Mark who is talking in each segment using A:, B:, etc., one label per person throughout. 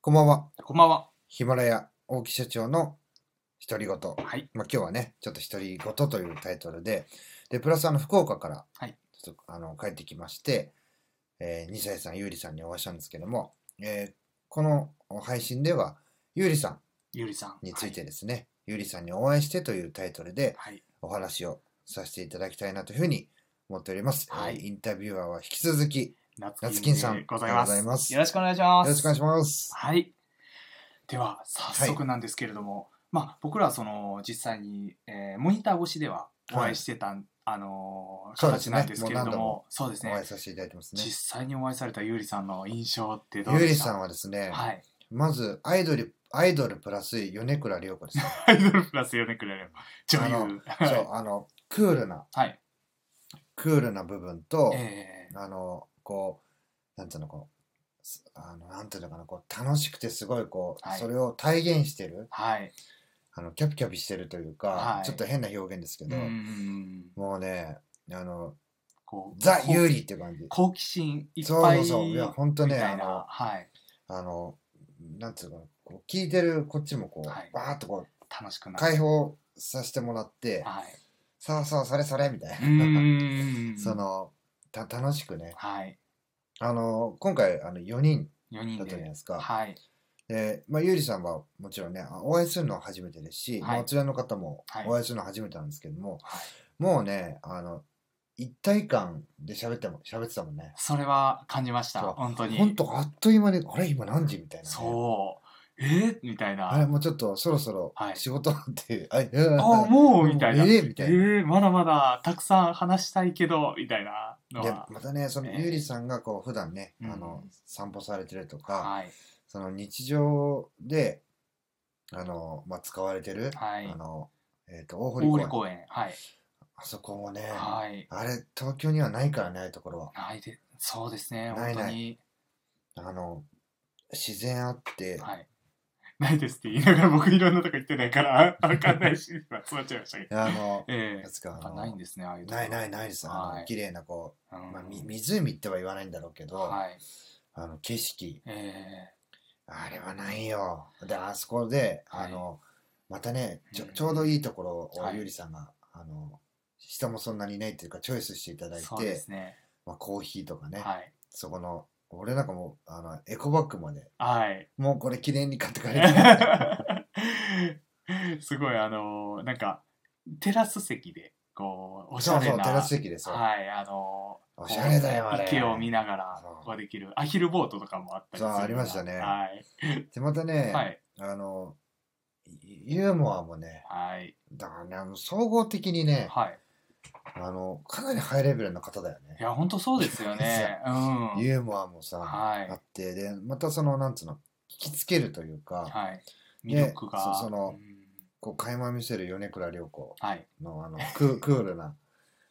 A: こんばんは。
B: こんばんは。
A: ヒマラヤ大木社長の独り言。まあ
B: はい。
A: 今日はね、ちょっと独り言というタイトルで、で、プラスあの福岡から、
B: はい
A: ちょっとあの帰ってきまして、えー、西谷さん、ゆうりさんにお会いしたんですけども、えーこの配信では、ゆうりさ
B: ゆりさ
A: ん
B: ん。
A: についてですね、ゆうりさんにお会いしてというタイトルで
B: はい。
A: お話をさせていただきたいなというふうに思っております。
B: はい
A: えーインタビュアーは引き続き、よ
B: はい。
A: 夏金さん
B: ございま
A: ありがとうございます
B: す。よろしくお願いします。
A: ろしくお願いします。
B: はい。では、早速なんですけれども、まあ、僕らはその、実際に、えーモニター越しではお会いしてた、あのー
A: そうです
B: 形
A: ね
B: なんですけれど
A: も
B: も、そうです
A: お
B: ね。
A: 会いさせていただいてますね。
B: 実際にお会いされたゆりさんの印象ってどう
A: ゆう
B: で
A: り
B: した
A: さんはですね、
B: はい。
A: まずアイドル、アイドルプラス米倉涼子ですね。
B: アイドルプラスヨネクレレ女優。
A: そ
B: は
A: う
B: い、
A: あの、クールな、
B: はい。
A: クールな部分と、
B: えー
A: あの、こう、なんていうの、こう、すあのなんていうのかな、こう、楽しくてすごい、こう、
B: はい
A: それを体現してる、
B: はい。
A: あの、キャピキャピしてるというか、
B: はい
A: ちょっと変な表現ですけ
B: う
A: ど、
B: ん。
A: もうね、あの、
B: こう
A: ザ・
B: こう
A: ユーリっていう感じ。
B: 好奇心いっ
A: そう
B: ぱ
A: そ
B: い。
A: うそう、いや、ほんとね、
B: みた
A: あ
B: いな
A: の、
B: はい、
A: あの、なんていうのかな、こう聞いてるこっちもこう、
B: はい
A: バーっとこう、
B: 楽しくなる
A: 解放させてもらって、
B: はい。
A: そうそう、それそれみた
B: う
A: いな。
B: ーん。
A: そ、のた楽しくね。
B: はい。
A: あの今回あの4人
B: 4
A: だ
B: 人
A: ったじゃない
B: で。
A: ですか。
B: はい。
A: で、まあ、ゆうりさんはもちろんね、あお会いするのは初めてですし、
B: はい
A: まあお連れの方も
B: はい
A: お会いするのは初めてなんですけども、
B: はい
A: もうね、あの一体感で喋っても喋ってたもんね。
B: それは感じました。
A: そう
B: 本当に。
A: ほんとあっという間に、あれ今何時みたいなね、
B: そう。えーみたいな。
A: あれもうちょっとそろそろ
B: はい
A: 仕事っていう、はい、あ
B: あ、もうみたいな。
A: え
B: え
A: えみたいな。
B: ーまだまだたくさん話したいけど、みたいなの
A: で
B: は。
A: またねその
B: ええ
A: ゆうりさんがこう普段ね、
B: うん
A: あの散歩されてるとか、
B: はい。
A: その日常であの、まあ、使われてる、
B: はい
A: あのえー、と大堀
B: 大
A: 公
B: 堀
A: 園
B: 公園。はい。
A: あそこもね、
B: はい。
A: あれ東京にはないからねああいうところは
B: ないで、そうですね。
A: ない
B: 本当に。
A: あの自然あって、
B: はい。ないですって言いながら僕いろんなとこ行ってないから、わかんないし、 今詰まっちゃいましたけど。
A: あの
B: ええ
A: やつか
B: やっ
A: あ
B: ぱ
A: の
B: ないんですね、ああいうとこ
A: ないないないですあの、
B: はい
A: 綺麗なこ
B: う
A: う、
B: ん
A: まあ、み湖っては言わないんだろうけど、
B: はい。
A: あの景色
B: え
A: あれはないよであそこで、
B: はい
A: あのまたねちょ
B: うん
A: ちょうどいいところを、
B: はい
A: ゆうりさんがあの人もそんなにいないっていうかチョイスしていた
B: え
A: だい
B: そうで
A: て、
B: すね。
A: まあ、コーヒーとかね、
B: はい。
A: そこの、俺なんかもう、あの、エコバッグまで、
B: はい。
A: もうこれ記念に買って帰れて
B: すごい、あのなんか、テラス席で、こ う、おし
A: そ
B: ゃ
A: う
B: れな。
A: そう、テラス席でそう。
B: はい、あの
A: おしゃれだよ、あれ。
B: 池を見ながら
A: そう、
B: こうできる。アヒルボートとかもあったりす
A: そ
B: る
A: う
B: ような
A: ありましたね
B: はい。
A: で、またね、
B: はい。
A: あの、ユーモアもね、
B: はい。
A: だからね、あの総合的にね、
B: はい。
A: あの、かなりハイレベルな方だよ
B: い
A: ね。
B: や、本当そうですよね。うん。
A: ユーモアもさ、
B: はい
A: あって、で、またその、なんつうの、引きつけるというか、
B: はい。
A: ね
B: 魅力が。
A: そその
B: うん
A: こう、垣間見せる米倉涼子
B: はい。
A: の、あの、ククールな、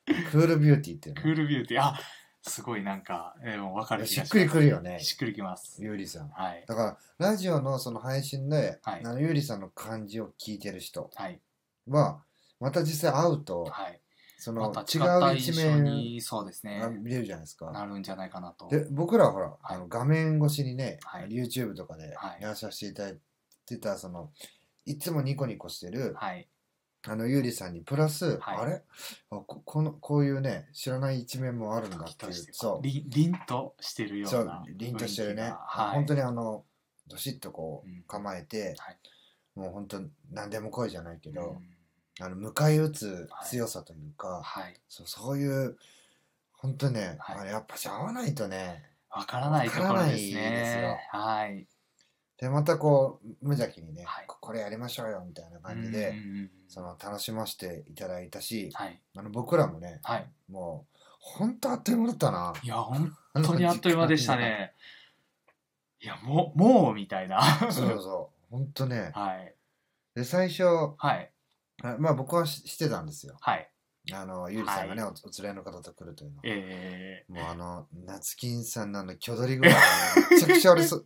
A: クールビューティーっていう
B: ク
A: の。
B: ールビューティー。あ、すごいなんか、えー、もう分かる
A: しっくりくるよね、
B: しっくりきます。
A: ゆうりさん。
B: はい。
A: だからラジオのその配信で、
B: はい
A: あのゆうりさんの感じを聞いてる人
B: はい。
A: はまた実際会うと
B: はい。
A: そ
B: ま
A: の
B: た
A: 違
B: 違った
A: う一
B: 印象
A: 面
B: に、そうです
A: が
B: ね。
A: 見れるじゃないですか。
B: なるんじゃないかなと。
A: で僕らはほら、
B: はい
A: あの画面越しにね、
B: はい
A: YouTube とかで
B: はい
A: やらさせていただいてたそのいつもニコニコしてる
B: はい。
A: あのゆうりさんにプラス、
B: はい
A: あれあここのこういうね知らない一面もあるんだっていう
B: 時として
A: そう
B: り凛としてるよ
A: そうう
B: な。
A: 凛としてる
B: 雰囲気
A: ね、
B: がはい。
A: 本当にあのどしっとこ
B: うん
A: う構えて、
B: はい
A: もう本当何でも来いじゃないけど、
B: うん
A: あの迎え撃つ強さというか、
B: はい。
A: そうそういう本当ね、
B: はい
A: あれやっぱし合わないとね
B: わからないところです
A: わからないですよ
B: ね。はい。
A: でまたこう無邪気にね、
B: はい
A: ここれやりましょうよみたいな感じで、
B: うんうんうん
A: その楽しませていただいたし、
B: はい。
A: あの僕らもね、
B: はい。
A: もう本当あっという間だったな。
B: いや、本本当にあっという間でしたね。 いや、もう、もうみたいな。
A: あの時間が。そうそう本当ね。
B: はい。
A: で最初
B: はい。
A: あまあ僕はししてたんですよ。
B: はい。
A: あのゆりさんがね、おお連れの方と来るというのは。
B: え
A: もうあの、夏金さんのあの、挙取り具合がね、めちゃくちゃ俺 そ、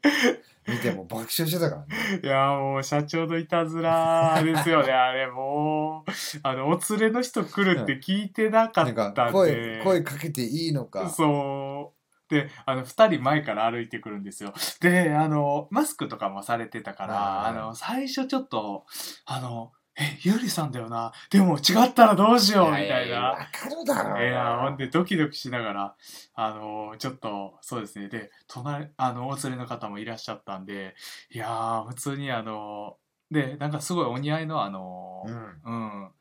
A: 見てもう爆笑してたからね。
B: ー、いや、もう、社長のいたずらで すよね。あれ、もう、あの、お連れの人来るって聞いてなか
A: な
B: っ
A: んか
B: たんで。
A: 声、声かけていいのか、
B: そであの2人前から歩いてくるんですよであのマスクとかもされてたから、
A: はいはい
B: あの最初ちょっとあの「えゆりさんだよなでも違ったらどうしよう」みたいな。
A: ややわかるだろ
B: いやーほんでドキドキしながらあのーちょっとそうですねで隣あのお連れの方もいらっしゃったんでいやー普通にあのーでなんかすごいお似合いのあの
A: う
B: ー
A: ん
B: うん、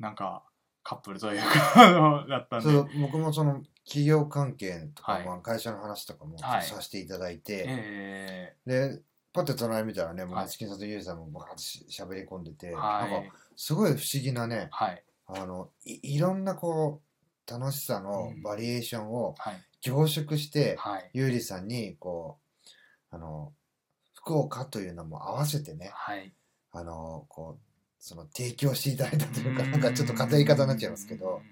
B: なんかカップルというかあのだったん
A: そ
B: で
A: う僕もその企業関係とか、
B: はい
A: まあ、会社の話とかも
B: はい
A: させていただいて、
B: え
A: でパッて隣見たらね、もう
B: はい
A: 夏金さんとゆうじさんもバーッとしゃべり込んでて、
B: ー、
A: な
B: は
A: んか
B: い
A: すごい不思議なね
B: はい
A: あのいいろんなこう楽しさの
B: うん
A: バリエーションを
B: はい
A: 凝縮して、
B: はい
A: ゆうりさんにこうあの福岡というのも合わせてね
B: はい
A: あのこうその提供していただいたというか
B: うー
A: なんかちょっと硬い言い方になっちゃいますけど
B: うん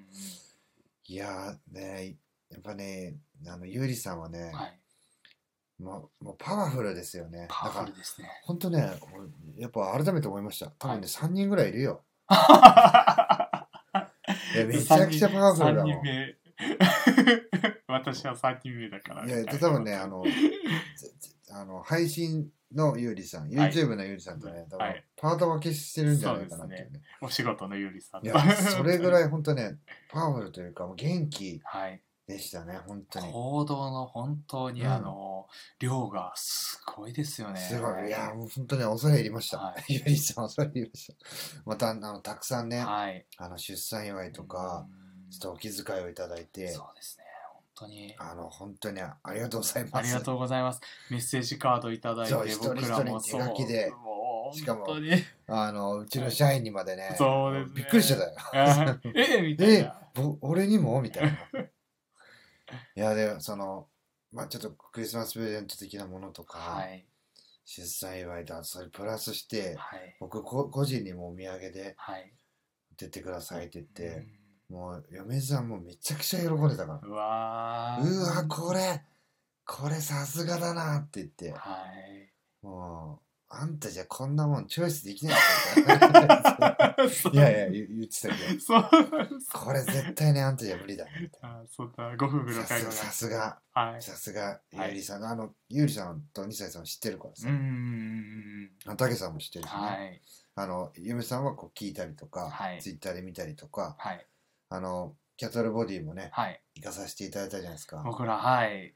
A: いやーねやっぱねあのゆうりさんはね、
B: はい
A: もうもうパワフルですよね
B: パワフ
A: だ
B: ル
A: から
B: ですね
A: 本当ね俺やっぱ改めて思いました多分ね、3人ぐらいいるよい やめちゃくちゃパワフルだもん
B: 3人目 私は3人目だから
A: いや、多分ね、あの、ぜぜあの配信のゆうりさん、YouTube のゆうりさんとね、多
B: は
A: 分
B: い
A: パート分けしてるんじゃないかなっていうね。
B: お仕事のゆりさん
A: いや、それぐら
B: い
A: い本当ね、パワフルというか、もう元気
B: はい
A: でしたね、本当に。
B: 行動の本当に
A: うん
B: あの、量がすごいですよね
A: すごい。いや、もう本当ね、恐れ入りまし
B: は
A: た
B: い。
A: ゆうりさん、恐れ入りました。また、あの、たくさんね、
B: はい
A: あの、出産祝いとか、
B: うん
A: ちょっとお気遣いをいただいて
B: そ、うですね本当に
A: あの、本当にありがとうございます。
B: ありがとうございますメッセージカードいただいて
A: そう一人
B: 僕らも
A: 一人
B: そう
A: 手書きで
B: もう
A: しかも
B: 本当に
A: あの、うちの社員にまでね、
B: そうですね
A: びっくりしちゃったよ。
B: えみたい
A: え
B: な
A: ぼ俺にもみたいな。 いやでそのまあちょっとクリスマスプレゼント的なものとか、
B: はい
A: 出産祝いだそれプラスして
B: はい
A: 僕こ個人にもお土産で
B: はい
A: 出てくださいって言って、
B: うん
A: もう嫁さんもめちゃくちゃ喜んでたか
B: うわ
A: ら、
B: ー
A: うわこれこれさすがだなって言って
B: はい
A: もうあんたじゃこんなもんチョイスできないよ いやいや言言ってたけど
B: そう
A: これ絶対ねあんたじゃ無理だねみたいな
B: あそんな5分ぐらい
A: さ
B: 会
A: す
B: 話
A: さすが
B: がはい
A: さすが、
B: はい
A: ゆうりさんの、あの、ゆうりさんと二歳さんを知ってるから
B: う
A: さ
B: んうん、うん
A: あのたけさんも知ってるしね、
B: はい
A: あの、ゆめさんはこう聞いたりとか、
B: はい
A: ツイッターで見たりとか、
B: はい
A: あの、キャトルボディもね、
B: はい
A: 行かさせていただいたじゃないですか。
B: 僕らはい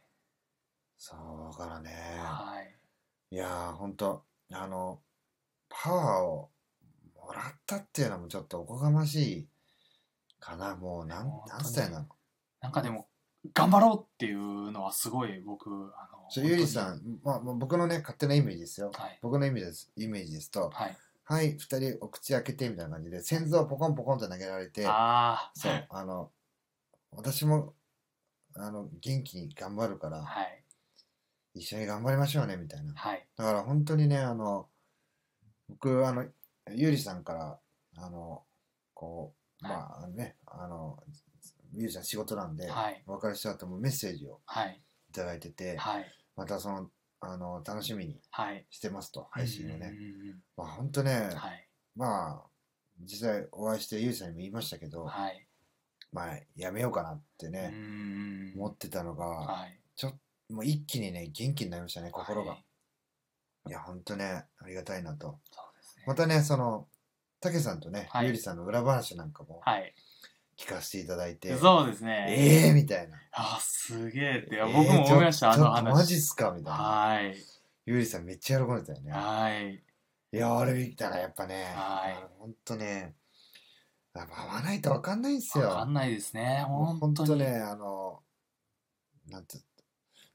A: そうだからね、
B: はい
A: いやー、ほんと、あの、パワーをもらったっていうのもちょっとおこがましいかな、もう何
B: 本、当に
A: 何歳なの
B: なんかでも頑張ろうっていうのはすごい僕あの
A: そうゆうりさん、まあ、もう僕のね、勝手なイメージですよ。
B: はい
A: 僕のイメージですイメージですと、
B: はい
A: はい、二人お口開けてみたいな感じで、先祖をポコンポコンと投げられて、
B: ああ
A: そう、あの、私も、あの、元気に頑張るから、
B: はい
A: 一緒に頑張りましょうね、みたいな。
B: はい
A: だから本当にね、あの、僕、あの、ゆりさんから、あの、こう、まあね、あの、ゆりさん仕事なんで、
B: はい
A: お別れした後もメッセージを
B: はい
A: いただいてて、
B: はい
A: またその、あの、楽しみに
B: はい
A: してますと、配信を
B: うん
A: ね。
B: うんうん
A: まあ本当ね、
B: はい
A: まあ、実際お会いしてゆうさんにも言いましたけど、
B: はい
A: まあ、やめようかなって
B: う
A: ね、
B: ん
A: 思ってたのが、
B: はい
A: もう一気にね、元気になりましたね、心が。、
B: はい
A: や、ほんとね、ありがたいなと。
B: そうですね
A: またね、その、たけさんとね、
B: はい
A: ゆりさんの裏話なんかも
B: はい
A: 聞かせていただいて、
B: そうですね
A: ええー、みたいな。
B: あすげえって、いや
A: えー
B: 僕も思いました、
A: ちょ
B: あ
A: ちょっ
B: の
A: とマジっ
B: 話。
A: すかみたいな。
B: はい。
A: ゆりさんめっちゃ喜んでたよね。
B: はい。
A: いや、あれ見たらやっぱね、
B: はい
A: あのほんとね、やっぱ会わないとわかんないんすよ。
B: わかんないですね、
A: もう
B: 本
A: 本
B: 当
A: 当
B: に。
A: ねあのなんて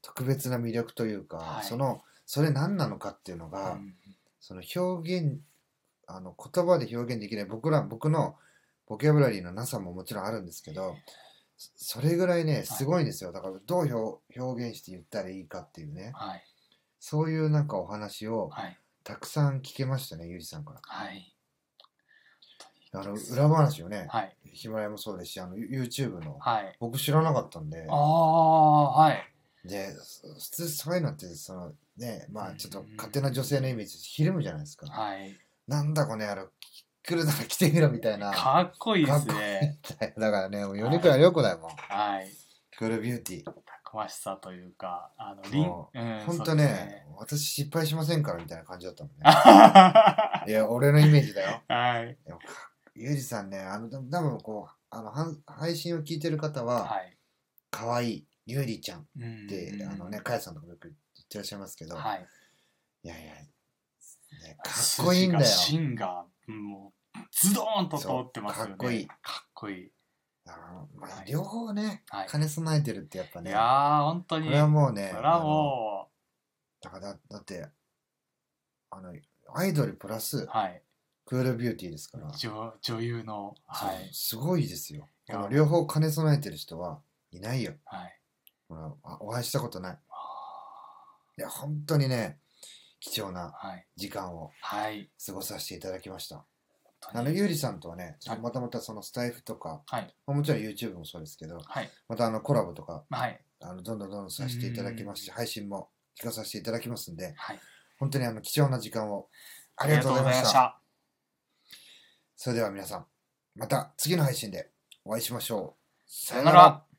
A: 特別な魅力というか、
B: はい
A: そのそれ何なのかっていうのが、
B: うん
A: その表現あの言葉で表現できない僕ら僕のボキャブラリーのなさももちろんあるんですけどそそれぐらいねすごいんですよ、だからどう表表現して言ったらいいかっていうね
B: はい。
A: そういうなんかお話を
B: はい。
A: たくさん聞けましたねゆりさんか
B: はい。
A: らあの
B: です
A: 裏話をね、
B: はい。
A: ヒマラヤもそうですしあの YouTube の
B: はい。
A: 僕知らなかったんで
B: ああ、はい。
A: でそ普通そういうのってそのねまあ
B: うん
A: ちょっと勝手な女性のイメージひるむじゃないですか、
B: はい。
A: なんだこの野郎き来るなら来てみろみたい な
B: かっこいいで
A: かっ
B: す
A: こいい
B: ね。
A: みたいなだからねもう米倉涼子だよもう、
B: はい。
A: クールビューティー
B: かっこましさというか、あの、
A: も
B: りんうん
A: ほん
B: そ
A: と
B: うで
A: ね
B: す
A: 私失敗しませんからみたいな感じだったもんね。
B: はい
A: や、俺のイメージだよ。
B: い。
A: でもかゆうじさんね、あの、多分こう、あの、はん配信を聞いてる方は、
B: はい。
A: 可愛いゆうりちゃんっ
B: うん
A: て、
B: うん
A: あのね、かやさんとかもよく言ってらっしゃいますけど、
B: はい。
A: いやいや、ね、かっこいいんだよ。
B: 芯が、もう、ズドーンと通ってますよ
A: そ
B: ね。
A: うかっこいい
B: かっこいい。
A: あのま
B: は
A: あ
B: い、
A: 両方ね、
B: はい
A: 兼ね備えてるってやっぱ
B: い
A: ね、
B: や
A: こ
B: ー、本当に。
A: れはもうね、
B: そらも
A: あのだからだって、あの、アイドルプラス
B: う、はい。
A: クールビューティーですから、
B: 女女優の、は
A: そう
B: い。
A: すごいですよ。
B: いや
A: この両方兼ね備えてる人はいないよ。
B: はい。
A: ほらあお会いしたことない。
B: あ
A: いや、本当にね、貴重な
B: ーはい。
A: 時間を
B: はい。
A: 過ごさせていただきました。
B: 本当
A: あ
B: に
A: の、ゆうりさんとはね、
B: はい
A: またまたそのスタイフとか、
B: はい。
A: まあもちろん YouTube もそうですけど、
B: はい。
A: またあのコラボとか
B: はい。
A: あのどんどんどんどんさせていただきますし、
B: うん
A: 配信も聞かさせていただきますんで、
B: はい。
A: 本当にあの貴重な時間をありがとうございました。
B: あ
A: それでは皆さん、また次の配信でお会いしましょう。
B: りがとうござ
A: さ
B: いました。さよなら。